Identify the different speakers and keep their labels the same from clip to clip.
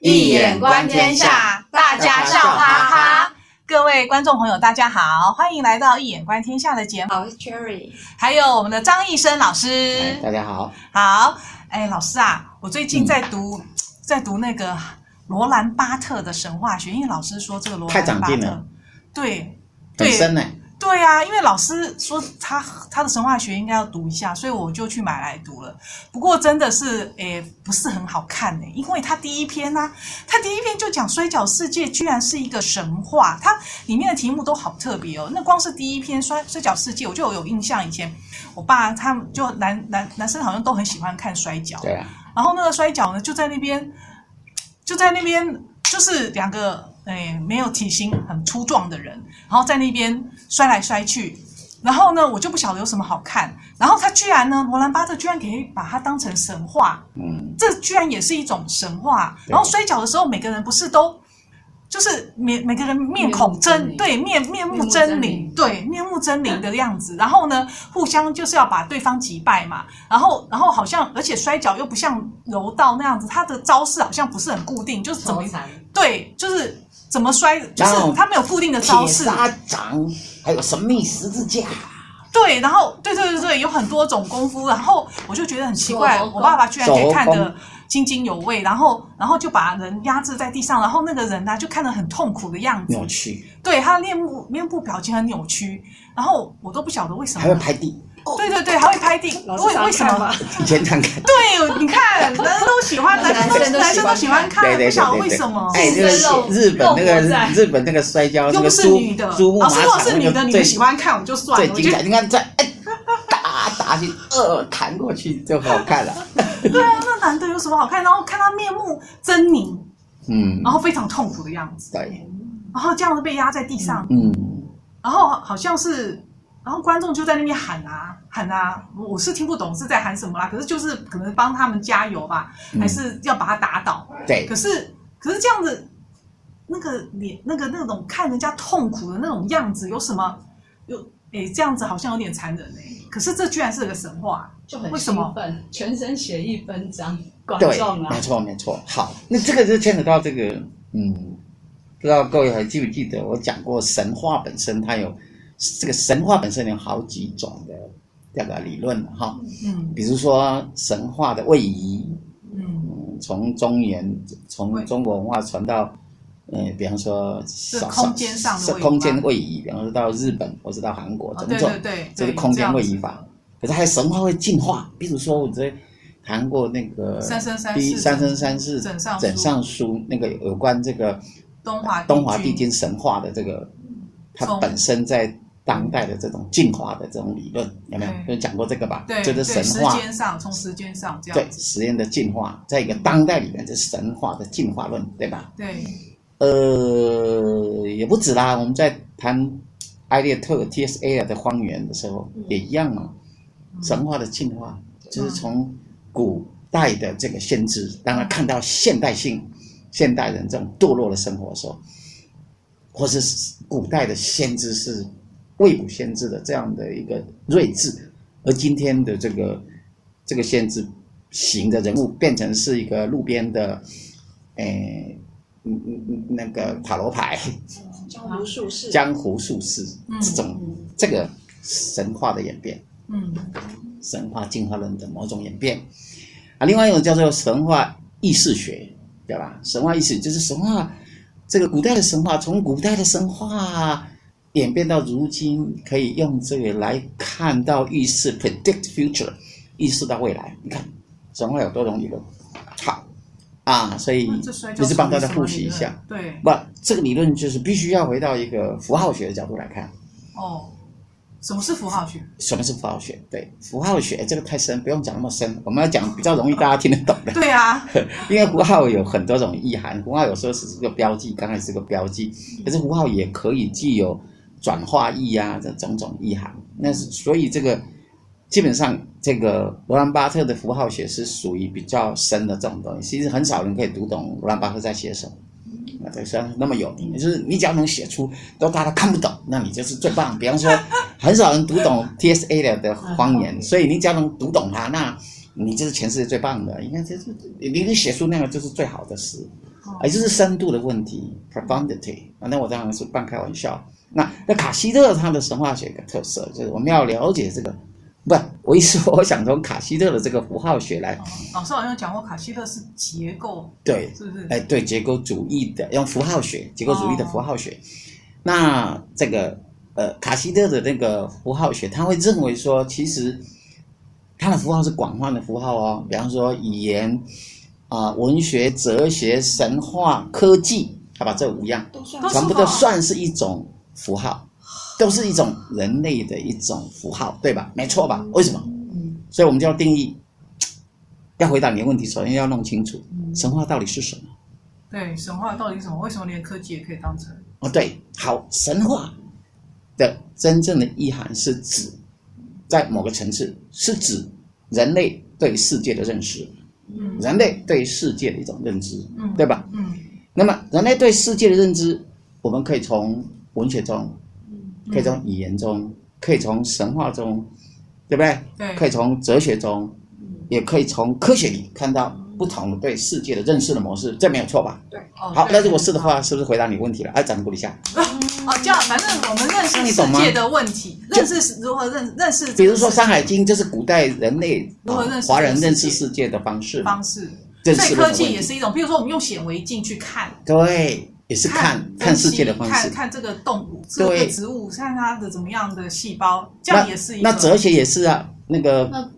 Speaker 1: 一眼观天下，
Speaker 2: 大
Speaker 1: 家笑哈哈。
Speaker 2: 各位观众朋友，大家好，欢迎来到《一眼观天下》的节目，
Speaker 1: 好，我是 Cherry，
Speaker 2: 还有我们的张医生老师
Speaker 3: 哎。大家好，
Speaker 2: 好，哎，老师啊，我最近在读，在读那个罗兰巴特的神话学，因为老师说这个罗
Speaker 3: 太
Speaker 2: 兰
Speaker 3: 长
Speaker 2: 巴
Speaker 3: 进
Speaker 2: 特
Speaker 3: 了，
Speaker 2: 对
Speaker 3: 很
Speaker 2: 对
Speaker 3: 深呢、
Speaker 2: 对啊，因为老师说他他的神话学应该要读一下，所以我就去买来读了。不过真的是诶不是很好看呢、因为他第一篇呢、他第一篇就讲摔跤世界居然是一个神话，它里面的题目都好特别哦。那光是第一篇摔摔跤世界，我就有印象，以前我爸他们就男男男生好像都很喜欢看摔跤，
Speaker 3: 对啊，
Speaker 2: 然后那个摔跤呢，就在那边，就在那边，就是两个哎没有体型很粗壮的人，然后在那边摔来摔去。然后呢，我就不晓得有什么好看。然后他居然呢，罗兰巴特居然可以把它当成神话，
Speaker 3: 嗯，
Speaker 2: 这居然也是一种神话。
Speaker 3: 对
Speaker 2: 然后摔跤的时候，每个人不是都就是每每个人面孔狰
Speaker 1: 面目狰狞
Speaker 2: 对面面目
Speaker 1: 面目
Speaker 2: 狰
Speaker 1: 狰
Speaker 2: 狞，
Speaker 1: 狞
Speaker 2: 对面目狰狞的样子。然后呢，互相就是要把对方击败嘛。然后然后好像而且摔跤又不像柔道那样子，他的招式好像不是很固定，就是怎么
Speaker 1: 头残
Speaker 2: 对就是怎么摔，就
Speaker 3: 然
Speaker 2: 是
Speaker 3: 后
Speaker 2: 他没有固定的招
Speaker 3: 铁
Speaker 2: 式。
Speaker 3: 砂掌，还有神秘十字架，
Speaker 2: 对，然后对对对对，有很多种功夫，然后我就觉得很奇怪，
Speaker 1: 手工
Speaker 2: 我爸爸居然可以看
Speaker 3: 手
Speaker 2: 得
Speaker 3: 工
Speaker 2: 津津有味，然后然后就把人压制在地上，然后那个人呢、就看得很痛苦的样子
Speaker 3: 扭，曲，
Speaker 2: 对他的面部面部表情很扭曲，然后我都不晓得为什
Speaker 3: 还会
Speaker 2: 么，
Speaker 3: 拍地，
Speaker 2: 对对对，还会拍地，
Speaker 1: 老师
Speaker 2: 为为什
Speaker 1: 常看
Speaker 2: 么
Speaker 1: 吗？？
Speaker 3: 以前常看，
Speaker 2: 对，你看，男人都喜欢，男
Speaker 1: 男
Speaker 2: 生
Speaker 1: 生都
Speaker 2: 男生都喜
Speaker 1: 喜
Speaker 2: 欢
Speaker 1: 欢
Speaker 2: 看，
Speaker 3: 对对
Speaker 2: 啊不晓得
Speaker 3: 对
Speaker 2: 为
Speaker 3: 对
Speaker 2: 什么
Speaker 3: 对，。哎，这
Speaker 1: 肉
Speaker 3: 个日本那个
Speaker 1: 肉搏战
Speaker 3: 日本那个摔跤，
Speaker 2: 又
Speaker 3: 那
Speaker 2: 不
Speaker 3: 个
Speaker 2: 是
Speaker 3: 珠
Speaker 2: 女的，
Speaker 3: 珠穆
Speaker 2: 老
Speaker 3: 马
Speaker 2: 师如果
Speaker 3: 场
Speaker 2: 是
Speaker 3: 那
Speaker 2: 女的，
Speaker 3: 个
Speaker 2: 你们
Speaker 3: 最
Speaker 2: 喜欢看我就算
Speaker 3: 最
Speaker 2: 了，我觉
Speaker 3: 精
Speaker 2: 得
Speaker 3: 彩，你看这哎打打去二弹过去就好看 了，
Speaker 2: 对啊，那男的有什么好看？然后看他面目狰狞，
Speaker 3: 嗯
Speaker 2: 然，后非常痛苦的样子，
Speaker 3: 对，
Speaker 2: 然后这样子被压在地上，
Speaker 3: 嗯，
Speaker 2: 然后好像是，然后观众就在那边喊啊喊啊，我我是听不懂是在喊什么啦，可是就是可能帮他们加油吧，
Speaker 3: 嗯
Speaker 2: 还是要把他打倒，
Speaker 3: 对
Speaker 2: 可，是可是这样子，那个脸那个那种看人家痛苦的那种样子，有什么有诶这样子好像有点残忍哎、可是这居然是个神话，
Speaker 1: 就很
Speaker 2: 为什么
Speaker 1: 兴奋，全身血液奔张，管
Speaker 3: 对
Speaker 1: 仲，啊
Speaker 3: 没，错没错。好，那这个就牵扯到这个，嗯，不知道各位还记不记得我讲过神话本身它有这个神话本身有好几种的这个理论哈，
Speaker 2: 嗯
Speaker 3: 比如说神话的位移，
Speaker 2: 嗯，
Speaker 3: 嗯，从中原从中国文化传到。嗯，比方说
Speaker 2: 是
Speaker 3: 少，
Speaker 2: 空间上的
Speaker 3: 是
Speaker 2: 位移
Speaker 3: 空
Speaker 2: 吗
Speaker 3: 间位移，比方说到日本或者到韩国，
Speaker 2: 哦
Speaker 3: 种
Speaker 2: 对
Speaker 3: 种
Speaker 2: 对对，
Speaker 3: 这
Speaker 2: 对
Speaker 3: 是空间位
Speaker 2: 这
Speaker 3: 移
Speaker 2: 样子
Speaker 3: 法。可是还有神话会进化，比如说我在谈过那个
Speaker 2: 三生三世
Speaker 3: 第一三生三世
Speaker 2: 枕上书
Speaker 3: 枕上书那个有关这个
Speaker 2: 东华
Speaker 3: 东华帝
Speaker 2: 君
Speaker 3: 君神话的这个，它
Speaker 2: 从
Speaker 3: 本身在当代的这种进化的这种理论有没有？
Speaker 2: 对
Speaker 3: 有讲过这个吧？
Speaker 2: 对，
Speaker 3: 这
Speaker 2: 对
Speaker 3: 是神
Speaker 2: 时
Speaker 3: 话，
Speaker 2: 间上从时间上这
Speaker 3: 对
Speaker 2: 样子，
Speaker 3: 实验的进化，在一个当代里面这是神话的进化论，对吧？
Speaker 2: 对
Speaker 3: 呃，也不止啦，我们在谈埃列特 T.S.A. 的啊荒原的时候、
Speaker 1: 嗯
Speaker 3: 也一样嘛，神话的进化、就是从古代的这个先知，当然看到现代性，现代人这种堕落的生活的时候，或是古代的先知是未卜先知的这样的一个睿智，而今天的这个这个先知型的人物变成是一个路边的，诶、嗯嗯嗯，那个塔罗牌、
Speaker 1: 江湖术 士，
Speaker 3: 江湖术士
Speaker 2: 嗯
Speaker 3: 这种、这个神话的演变，
Speaker 2: 嗯
Speaker 3: 神话进化论的某种演变啊。另外一种叫做神话意识学，对吧？神话意识就是神话，这个古代的神话，从古代的神话演变到如今，可以用这个来看到预示 （predict future），预示到未来。你看，神话有多种理论，好啊，所以
Speaker 2: 嗯那这摔跤
Speaker 3: 你是帮大
Speaker 2: 是
Speaker 3: 家
Speaker 2: 什么
Speaker 3: 复习
Speaker 2: 理
Speaker 3: 一
Speaker 2: 论
Speaker 3: 下。，
Speaker 2: 对
Speaker 3: 不，这个理论就是必须要回到一个符号学的角度来看，
Speaker 2: 哦，什么是符号学？
Speaker 3: 什么是符号学？对，符号学这个太深，不用讲那么深，我们要讲比较容易大家听得懂的。
Speaker 2: 对啊，
Speaker 3: 因为符号有很多种意涵，符号有时候只是个标记，刚开始是个标记，可是符号也可以具有转化意啊，这种种意涵。那是所以这个基本上这个罗兰巴特的符号学是属于比较深的这种东西，其实很少人可以读懂罗兰巴特在写什么。那对，虽然那么有名，就是你只要能写出都大家看不懂，那你就是最棒。比方说，很少人读懂 T.S.A. 的的方言，所以你只要能读懂它，那你就是全世界最棒的。应该就是你能写出那个就是最好的诗。啊，也就是深度的问题 （profundity） 啊。那我当然是半开玩笑。那那卡西特他的神话学的特色，就是我们要了解这个，不，我意思我想从卡西特的这个符号学来，
Speaker 2: 哦老师好像有讲过，卡西特是结构，
Speaker 3: 对，
Speaker 2: 是不是？
Speaker 3: 哎，对，结构主义的用符号学，结构主义的符号学。那这个呃，卡西特的那个符号学，他会认为说，其实他的符号是广泛的符号哦，比方说语言啊、文学、哲学、神话、科技，好吧，这五样
Speaker 1: 都算
Speaker 2: 都是
Speaker 3: 全部都
Speaker 2: 吧
Speaker 3: 算是一种符号，都是一种人类的一种符号，对吧？没错吧？为什么？
Speaker 1: 嗯
Speaker 3: 所以我们就要定义，要回答你的问题，首先要弄清楚
Speaker 1: 嗯
Speaker 3: 神话到底是什么。
Speaker 2: 对，神话到底是什么？为什么连科技也可以当成？
Speaker 3: 哦，对，好，神话的真正的意涵是指，在某个层次是指人类对世界的认识，
Speaker 2: 嗯
Speaker 3: 人类对世界的一种认知，
Speaker 2: 嗯
Speaker 3: 对吧？
Speaker 2: 嗯
Speaker 3: 那么人类对世界的认知，我们可以从文学中，
Speaker 1: 嗯
Speaker 3: 可以从语言中，可以从神话中，对不对？
Speaker 2: 嗯对
Speaker 3: 可以从哲学中，
Speaker 1: 嗯，
Speaker 3: 也可以从科学里看到不同的对世界的认识的模式，这没有错吧？
Speaker 2: 哦
Speaker 3: 好，
Speaker 2: 对
Speaker 3: 那如果是的话，是不是回答你问题了？哎，掌鼓一下。
Speaker 2: 哦，这样反正我们认识
Speaker 3: 你
Speaker 2: 世
Speaker 3: 懂吗
Speaker 2: 界的问题，认识如何认认识，
Speaker 3: 比如说《山海经》，就是古代人类
Speaker 2: 如何认识
Speaker 3: 华人认识
Speaker 2: 世界
Speaker 3: 世界的方式，
Speaker 2: 方式，
Speaker 3: 认
Speaker 2: 所以
Speaker 3: 识
Speaker 2: 科
Speaker 3: 的
Speaker 2: 技也是一种，比如说我们用显微镜去看，
Speaker 3: 对，也是看看
Speaker 2: 分
Speaker 3: 世
Speaker 2: 析
Speaker 3: 界的方
Speaker 2: 看
Speaker 3: 式。
Speaker 2: 看这个动物，这个
Speaker 3: 对
Speaker 2: 植物，看它的怎么样的细胞，这
Speaker 3: 那
Speaker 2: 样也是一个
Speaker 3: 那哲学也是啊，那个
Speaker 1: 那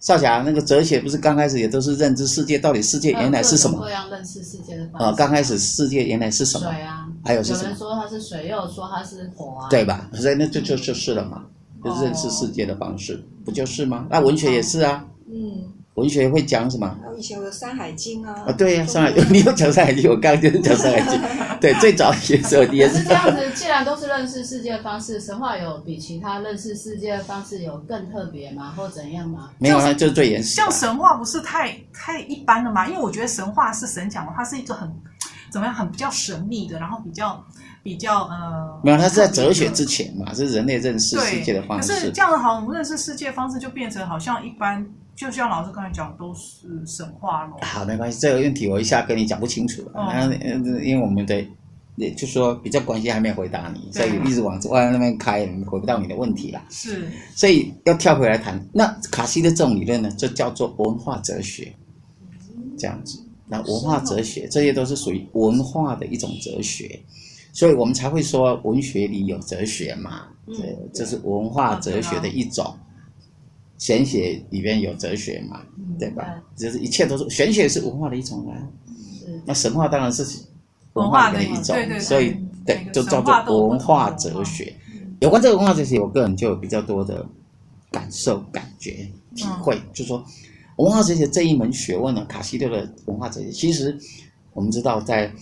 Speaker 3: 少侠，那个哲学不是刚开始也都是认知世界，到底世界原来是什
Speaker 1: 呃各种
Speaker 3: 么？
Speaker 1: 各样认识世界的方式
Speaker 3: 啊，刚开始世界原来是什么？
Speaker 1: 水啊，
Speaker 3: 还有是
Speaker 1: 有
Speaker 3: 什
Speaker 1: 人
Speaker 3: 么？
Speaker 1: 说它是水，又有说它是火啊。
Speaker 3: 对吧？所以那就就就是了嘛，就是认识世界的方式，不就是吗？那文学也是啊，
Speaker 4: 嗯，
Speaker 3: 文学会讲什么？
Speaker 4: 还啊有以前有《山海经》啊。
Speaker 3: 啊，对
Speaker 2: 哦
Speaker 3: 呀、
Speaker 4: 中
Speaker 3: 山海
Speaker 4: 国
Speaker 3: 经，你又讲山海经，我刚刚就是讲山海经， 对，最早也是我第一
Speaker 1: 可
Speaker 3: 次
Speaker 1: 是。这样子，既然都是认识世界的方式，神话有比其他认识世界的方式有更特别吗，或怎样吗？
Speaker 3: 没有，那啊就是最原始的。
Speaker 2: 像神话不是太太一般了吗？因为我觉得神话是神讲的，它是一个很怎么样，很比较神秘的，然后比较比较呃，
Speaker 3: 没有，它是在哲学
Speaker 2: 特别的
Speaker 3: 之前嘛，是人类认识世界的方
Speaker 2: 可是
Speaker 3: 式。
Speaker 2: 这样的好，我们认识世界方式就变成好像一般，就像老师刚才讲，都是神话咯。
Speaker 3: 好，没关系，这个问题我一下跟你讲不清楚了。
Speaker 2: 哦
Speaker 3: 那、呃因为我们的，也就说比较关系还没有回答你，所
Speaker 2: 对
Speaker 3: 以一直往往那边开，回不到你的问题啦。
Speaker 2: 是，
Speaker 3: 所以要跳回来谈，那卡西的这种理论呢，就叫做文化哲学，这样子。那文化哲学，这些都是属于文化的一种哲学，所以我们才会说文学里有哲学嘛，
Speaker 1: 嗯
Speaker 3: 这这是文化哲学的一种。玄学里面有哲学嘛，
Speaker 1: 嗯
Speaker 3: 对吧？就是一切都是玄学是文化的一种啊，
Speaker 1: 嗯是
Speaker 3: 那神话当然是
Speaker 2: 文
Speaker 3: 文
Speaker 2: 化
Speaker 3: 化
Speaker 2: 的
Speaker 3: 的
Speaker 2: 一
Speaker 3: 一种，
Speaker 2: 对对对
Speaker 3: 所以对
Speaker 2: 每个
Speaker 3: 就叫
Speaker 2: 神话都有
Speaker 3: 做文
Speaker 2: 不同的嗯
Speaker 3: 化
Speaker 2: 文
Speaker 3: 哲
Speaker 2: 化
Speaker 3: 学。有关这个文化哲学，我个人就有比较多的感受、感觉、体
Speaker 2: 嗯
Speaker 3: 会，就说文化哲学这一门学问呢，卡西特的文化哲学，其实我们知道，在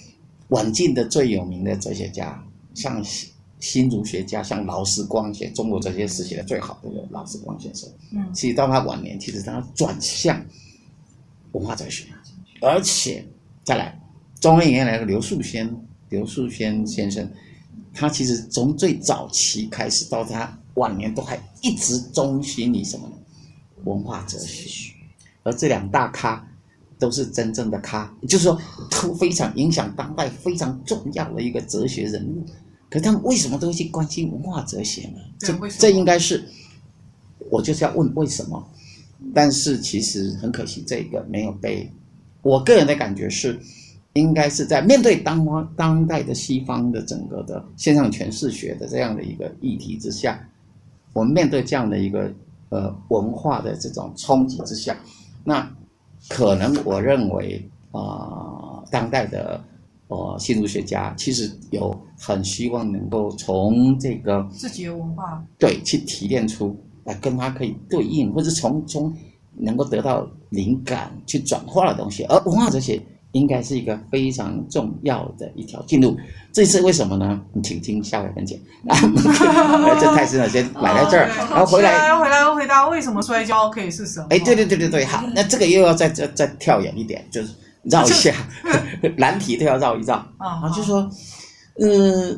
Speaker 3: 晚近的最有名的哲学家，像新新儒学家，像劳斯光写中国哲学史写的最好的劳斯光先生，
Speaker 2: 嗯
Speaker 3: 其实到他晚年，其实他转向文化哲学，而且再来，中文原来的刘树先，刘树先先生，他其实从最早期开始到他晚年，都还一直中心于什么呢？文化哲学。而这两大咖都是真正的咖，就是说都非常影响当代非常重要的一个哲学人物。可是他们为什么都会去关心文化哲学呢？
Speaker 2: 对
Speaker 3: 这
Speaker 2: 为什么
Speaker 3: 这应该是我就是要问为什么，但是其实很可惜，这个没有被我个人的感觉是，应该是在面对当方当代的西方的整个的线上诠释学的这样的一个议题之下，我们面对这样的一个呃文化的这种冲击之下，那可能我认为啊、呃当代的呃新儒学家其实有很希望能够从这个
Speaker 2: 自己的文化，
Speaker 3: 对去提炼出啊跟它可以对应，或者从中能够得到灵感去转化的东西，而文化哲学。应该是一个非常重要的一条进入，这是为什么呢？你请听下回分解。啊，这太深了，先摆在这儿，
Speaker 2: 哦
Speaker 3: 然后
Speaker 2: 对
Speaker 3: 回来
Speaker 2: 现在回来回答为什么摔跤可以是神话？
Speaker 3: 哎，对对对对对，好，那这个又要再再再跳远一点，就是绕一下， 难题都要绕一绕
Speaker 2: 啊
Speaker 3: 啊，就说，呃，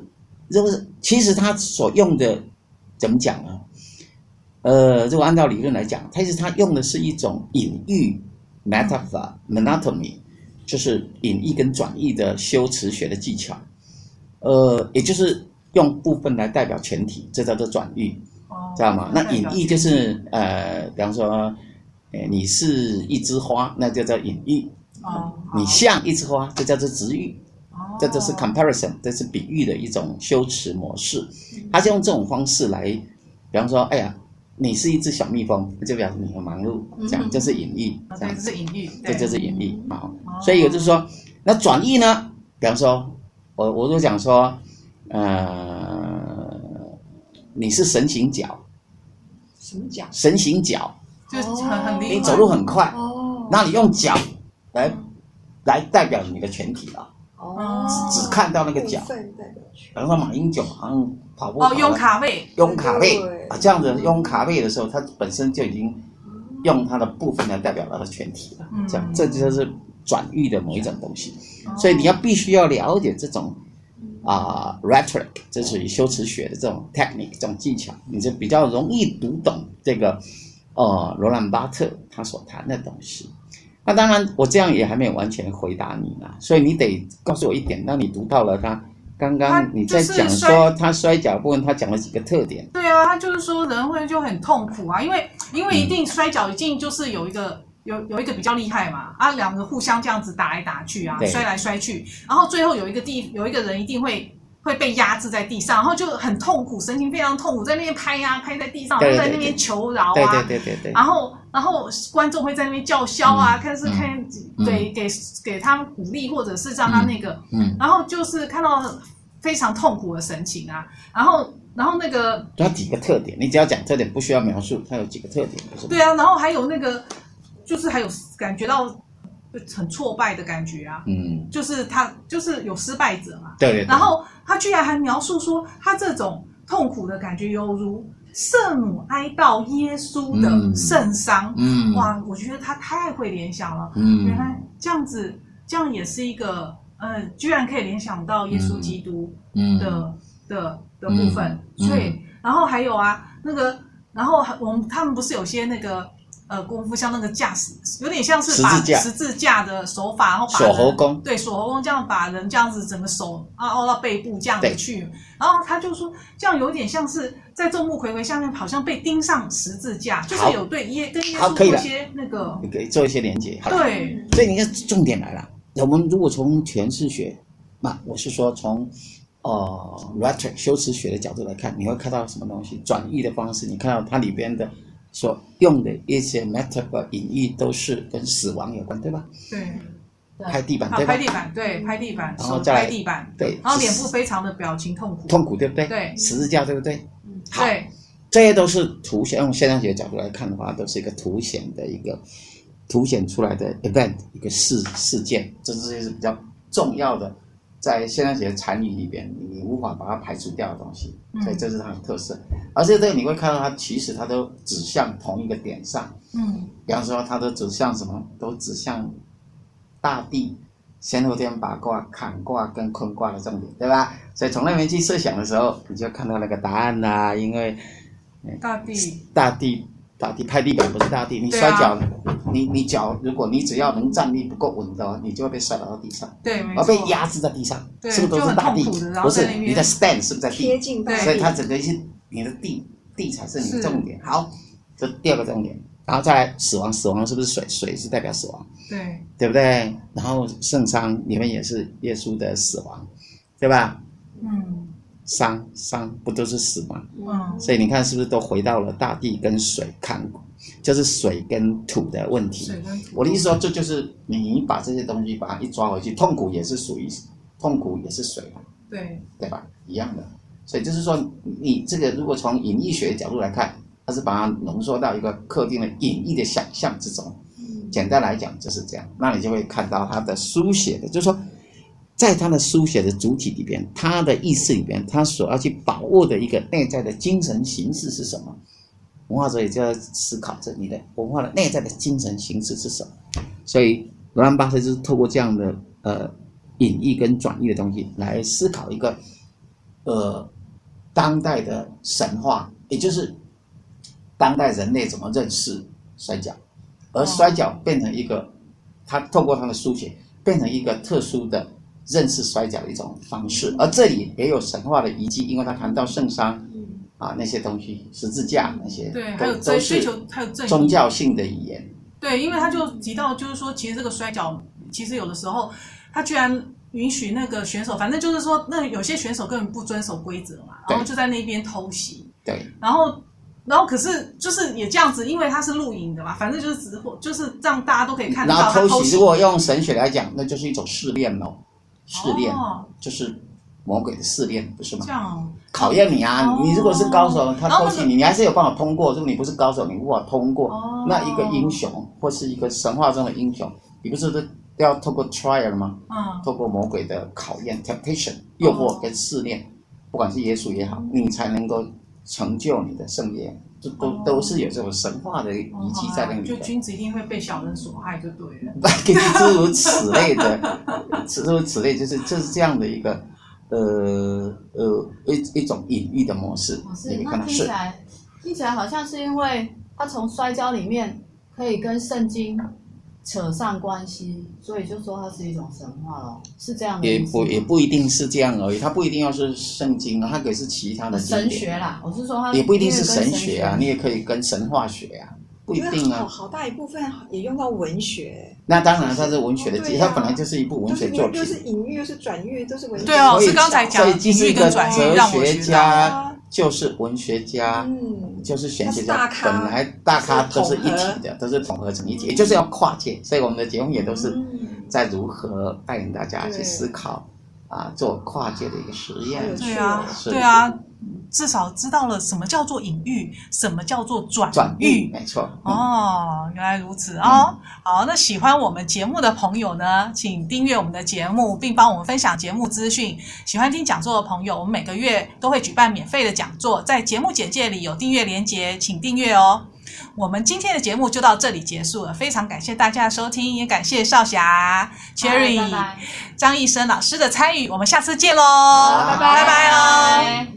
Speaker 3: 这不是，其实他所用的怎么讲呢？呃，如果按照理论来讲，其实他用的是一种隐喻 （metaphor）、monotony，就是引义跟转义的修辞学的技巧，呃，也就是用部分来代表全体，这叫做转义，
Speaker 2: 哦
Speaker 3: 知道吗？那引义
Speaker 2: 义
Speaker 3: 就是呃，比方说，呃，你是一枝花，那就叫引义；
Speaker 2: 哦，
Speaker 3: 你像一枝花，这叫做直喻。
Speaker 2: 好
Speaker 3: 这这是 comparison，这是比喻的一种修辞模式。他就用这种方式来，比方说，哎呀，你是一只小蜜蜂，就表示你很忙碌，这样
Speaker 1: 嗯
Speaker 3: 这是隐喻，
Speaker 2: 哦
Speaker 3: 这
Speaker 2: 对，
Speaker 3: 样
Speaker 2: 这是隐喻，
Speaker 3: 这
Speaker 2: 对，
Speaker 3: 就是隐喻啊。
Speaker 2: 哦
Speaker 3: 所以我就说，那转义呢？比方说，我我就讲说，呃，你是神行脚，
Speaker 4: 什么讲？
Speaker 3: 神行脚，
Speaker 2: 就是很很厉害，
Speaker 3: 你走路很快，
Speaker 4: 哦
Speaker 3: 那你用脚来
Speaker 2: 嗯
Speaker 3: 来代表你的全体了，
Speaker 4: 哦，
Speaker 3: 只看到那个脚
Speaker 4: 部。分代表全
Speaker 3: 比方说马英九好像跑步跑
Speaker 2: 哦，
Speaker 3: 了
Speaker 2: 用卡位，
Speaker 3: 用卡位
Speaker 4: 对
Speaker 3: 啊，这样子用卡位的时候，它本身就已经用它的部分来代表它的全体了，
Speaker 2: 嗯
Speaker 3: 这样这就是转喻的某一种东西。所以你要必须要了解这种啊、rhetoric，这属于修辞学的这种 technique 这种技巧，你就比较容易读懂这个呃罗兰巴特他所谈的东西。那当然，我这样也还没有完全回答你呢，所以你得告诉我一点，那你读到了他刚刚
Speaker 2: 他
Speaker 3: 你在
Speaker 2: 就是
Speaker 3: 讲
Speaker 2: 摔
Speaker 3: 说他摔跤部分，他讲了几个特点。
Speaker 2: 对啊，他就是说人会就很痛苦啊，因为因为一
Speaker 3: 嗯
Speaker 2: 定摔跤一定就是有一个有有一个比较厉害嘛，啊，两个互相这样子打来打去啊，
Speaker 3: 对
Speaker 2: 摔来摔去，然后最后有一个地有一个人一定会。会被压制在地上，然后就很痛苦，神情非常痛苦，在那边拍呀、拍在地上，
Speaker 3: 对
Speaker 2: 就在
Speaker 3: 对
Speaker 2: 那边
Speaker 3: 对
Speaker 2: 求饶啊，
Speaker 3: 对对对对对，
Speaker 2: 然后，然后观众会在那边叫嚣啊，看是看
Speaker 3: 嗯
Speaker 2: 给给给他们鼓励，或者是让他那个，
Speaker 3: 嗯，
Speaker 2: 然后就是看到非常痛苦的神情啊，然后，然后那个，
Speaker 3: 他几个特点，你只要讲特点，不需要描述，它有几个特点，不是吗？
Speaker 2: 对啊，然后还有那个，就是还有感觉到很挫败的感觉啊，
Speaker 3: 嗯，
Speaker 2: 就是他就是有失败者嘛，
Speaker 3: 对对对。
Speaker 2: 然后他居然还描述说他这种痛苦的感觉犹如圣母哀悼耶稣的
Speaker 3: 嗯
Speaker 2: 圣伤，
Speaker 3: 嗯，
Speaker 2: 哇，我觉得他太会联想了。
Speaker 3: 嗯，
Speaker 2: 原来这样子，这样也是一个呃，居然可以联想到耶稣基督
Speaker 3: 嗯
Speaker 2: 的、的的部分，
Speaker 3: 嗯
Speaker 2: 所以、
Speaker 3: 嗯
Speaker 2: 然后还有啊，那个然后还我们他们不是有些那个呃功夫，像那个架死，有点像是把
Speaker 3: 十字架
Speaker 2: 十字架的手法，然后把
Speaker 3: 锁喉
Speaker 2: 人
Speaker 3: 功
Speaker 2: 对锁喉功这样把人这样子整个手啊凹到背部这样子
Speaker 3: 对
Speaker 2: 去，然后他就说这样有点像是在众目睽睽下面好像被钉上十字架，就是
Speaker 3: 好
Speaker 2: 有对耶跟耶
Speaker 3: 好
Speaker 2: 稣
Speaker 3: 可以
Speaker 2: 有
Speaker 3: 了
Speaker 2: 些那个
Speaker 3: 你可以做一些连接，好了。
Speaker 2: 对。
Speaker 3: 所以你看重点来了，我们如果从诠释学，那我是说从呃 rhetoric 修辞学的角度来看，你会看到什么东西？转译的方式，你看到它里边的所用的一些 metaphor 隐喻都是跟死亡有关，对吧？
Speaker 2: 对，
Speaker 1: 对
Speaker 3: 拍地板
Speaker 2: 啊，
Speaker 3: 对吧
Speaker 2: 拍？地板，对，拍地板，
Speaker 3: 然后
Speaker 2: 手
Speaker 3: 再来
Speaker 2: 拍地板，
Speaker 3: 对，
Speaker 2: 然后脸
Speaker 3: 是
Speaker 2: 部非常的表情痛苦，
Speaker 3: 痛苦对不对？
Speaker 2: 对
Speaker 3: 十字架对不对？好
Speaker 2: 对，
Speaker 3: 这些都是凸显，用现象学的角度来看的话，都是一个凸显的一个凸显出来的 event 一个事事件，这这些是比较重要的，在现象学的禅语里边，你无法把它排除掉的东西，
Speaker 2: 嗯
Speaker 3: 所以这是它的特色。而且这个你会看到它其实它都指向同一个点上，
Speaker 2: 嗯，
Speaker 3: 比方说它都指向什么，都指向大地。先后天八卦、坎卦跟坤卦的重点，对吧？所以从那边去设想的时候，你就看到那个答案啦、因为
Speaker 2: 大地，
Speaker 3: 大地，大地拍地板不是大地，你
Speaker 2: 对
Speaker 3: 摔
Speaker 2: 啊
Speaker 3: 跤，你你脚，如果你只要能站立不够稳的话，你就会被摔倒到地上，
Speaker 2: 对，没
Speaker 3: 而
Speaker 2: 错，
Speaker 3: 被压制在地上，
Speaker 2: 对
Speaker 3: 是不是都是大地？
Speaker 2: 就很痛苦的然后
Speaker 3: 不是
Speaker 2: 在那边
Speaker 3: 你的 stand 是不是在
Speaker 4: 贴
Speaker 3: 地？
Speaker 4: 近大
Speaker 2: 对
Speaker 4: 地
Speaker 3: 所以它整个是你的地，地才是你的
Speaker 2: 是
Speaker 3: 重点。好，这第二个重点，然后再来死亡，死亡是不是水？水是代表死亡，
Speaker 2: 对，
Speaker 3: 对不对？然后圣伤里面也是耶稣的死亡，对吧？
Speaker 2: 嗯
Speaker 3: 伤伤不都是死吗？
Speaker 2: 嗯，
Speaker 3: 所以你看，是不是都回到了大地跟水看，就是水跟土的问题
Speaker 2: 水。跟土，
Speaker 3: 我的意思说，这就是你把这些东西把它一抓回去，痛苦也是属于痛苦也是水嘛，
Speaker 2: 对，
Speaker 3: 对吧？一样的。所以就是说，你这个如果从隐喻学的角度来看，它是把它浓缩到一个特定的隐喻的想象之中。简单来讲就是这样，那你就会看到它的书写的，就是说，在它的书写的主体里边，它的意识里边，它所要去把握的一个内在的精神形式是什么？文化哲学就要思考这你的文化的内在的精神形式是什么。所以罗兰巴特就是透过这样的呃隐喻跟转译的东西来思考一个呃当代的神话，也就是当代人类怎
Speaker 2: 哦
Speaker 3: 么认识摔跤，而摔跤变成一个他透过他的书写变成一个特殊的认识摔跤的一种方
Speaker 2: 嗯
Speaker 3: 式。而这里也有神话的遗迹，因为他谈到圣殇
Speaker 4: 嗯
Speaker 3: 啊那些东西，十字架那些，
Speaker 2: 对，
Speaker 3: 都
Speaker 2: 还有追
Speaker 3: 都
Speaker 2: 追
Speaker 3: 是
Speaker 2: 求，还有正义
Speaker 3: 宗教性的语言。
Speaker 2: 对，因为他就提到，就是说，其实这个摔跤，其实有的时候他居然允许那个选手，反正就是说，那有些选手根本不遵守规则嘛，然后
Speaker 3: 对
Speaker 2: 就在那边偷袭，
Speaker 3: 对，
Speaker 2: 然后。然后可是就是也这样子，因为他是录影的嘛，反正就是直播，就是让大家都可以看
Speaker 3: 然
Speaker 2: 得到
Speaker 3: 后
Speaker 2: 他
Speaker 3: 偷袭，
Speaker 2: 袭
Speaker 3: 如果用神学来讲，那就是一种试炼哦，试炼、
Speaker 2: 哦，
Speaker 3: 就是魔鬼的试炼，不是吗
Speaker 2: 这？样哦
Speaker 3: 考验你啊！
Speaker 2: 哦
Speaker 3: 你如果是高手，他
Speaker 2: 然
Speaker 3: 偷
Speaker 2: 后那
Speaker 3: 袭
Speaker 2: 个
Speaker 3: 你，你还是有办法通过；如果你不是高手，你无法通过。
Speaker 2: 哦
Speaker 3: 那一个英雄或是一个神话中的英雄，你不是都要透过 trial 吗？
Speaker 2: 嗯，
Speaker 3: 透过魔鬼的考验
Speaker 2: 哦
Speaker 3: temptation 诱惑跟试炼，不管是耶稣也好，你才能够成就你的圣业，这都、
Speaker 2: 哦
Speaker 3: 都是有这种神话的遗迹在那里
Speaker 2: 就
Speaker 3: 的。
Speaker 2: 君子一定会被小人所害，就对了。
Speaker 3: 诸如此类的，诸如此类，就是就是这样的一个，呃呃一一种隐喻的模式
Speaker 1: 哦，是
Speaker 3: 你可以
Speaker 1: 那
Speaker 3: 看到
Speaker 1: 听起
Speaker 3: 是
Speaker 1: 来听起来好像是因为他从摔跤里面可以跟圣经扯上关系，所以就说它是一种神话咯，是这样的
Speaker 3: 也
Speaker 1: 意思
Speaker 3: 不
Speaker 1: 吗
Speaker 3: 也不一定是这样而已，它不一定要是圣经啊，它可以是其他的经
Speaker 1: 神
Speaker 3: 典，
Speaker 1: 学啦，我是说它
Speaker 3: 也不一定
Speaker 1: 因为
Speaker 3: 是
Speaker 1: 跟
Speaker 3: 神
Speaker 1: 神
Speaker 3: 学啊，你也可以跟神话学啊，不一
Speaker 4: 因为
Speaker 3: 定
Speaker 4: 好
Speaker 3: 啊。
Speaker 4: 好大一部分也用到文学，
Speaker 3: 那当然，它是文学的
Speaker 4: 哦
Speaker 3: 记，
Speaker 4: 对
Speaker 3: 它
Speaker 4: 啊
Speaker 3: 本来就是一部文学作
Speaker 4: 都
Speaker 3: 品
Speaker 4: 是，又是隐喻又是转喻，都是文学。
Speaker 2: 对啊，老
Speaker 3: 所以
Speaker 2: 师刚才讲
Speaker 3: 所以既是
Speaker 2: 隐
Speaker 3: 一
Speaker 2: 喻
Speaker 3: 个
Speaker 2: 跟转
Speaker 3: 哲
Speaker 2: 喻，让我
Speaker 3: 学
Speaker 2: 学到。
Speaker 3: 家，就是文学家，
Speaker 4: 嗯，
Speaker 3: 就是玄学
Speaker 4: 它
Speaker 3: 家
Speaker 4: 是大，咖
Speaker 3: 本来大咖都是一
Speaker 4: 是统合
Speaker 3: 体的，都是统合成一体，也就是要跨界。所以我们的节目也都是
Speaker 4: 嗯
Speaker 3: 在如何带领大家去思考啊，做跨界的一个实
Speaker 4: 好
Speaker 3: 验
Speaker 4: 有。趣
Speaker 2: 对啊，
Speaker 3: 是
Speaker 2: 对啊，至少知道了什么叫做隐喻，什么叫做转
Speaker 3: 转
Speaker 2: 喻。
Speaker 3: 没错。嗯
Speaker 2: 哦，原来如此哦。好，那喜欢我们节目的朋友呢，请订阅我们的节目，并帮我们分享节目资讯。喜欢听讲座的朋友，我们每个月都会举办免费的讲座，在节目简介里有订阅连结，请订阅哦。我们今天的节目就到这里结束了，非常感谢大家的收听，也感谢少侠、Cherry、
Speaker 1: 拜拜
Speaker 2: 张医生老师的参与，我们下次见喽，
Speaker 3: 好
Speaker 2: 拜拜哦。
Speaker 1: 拜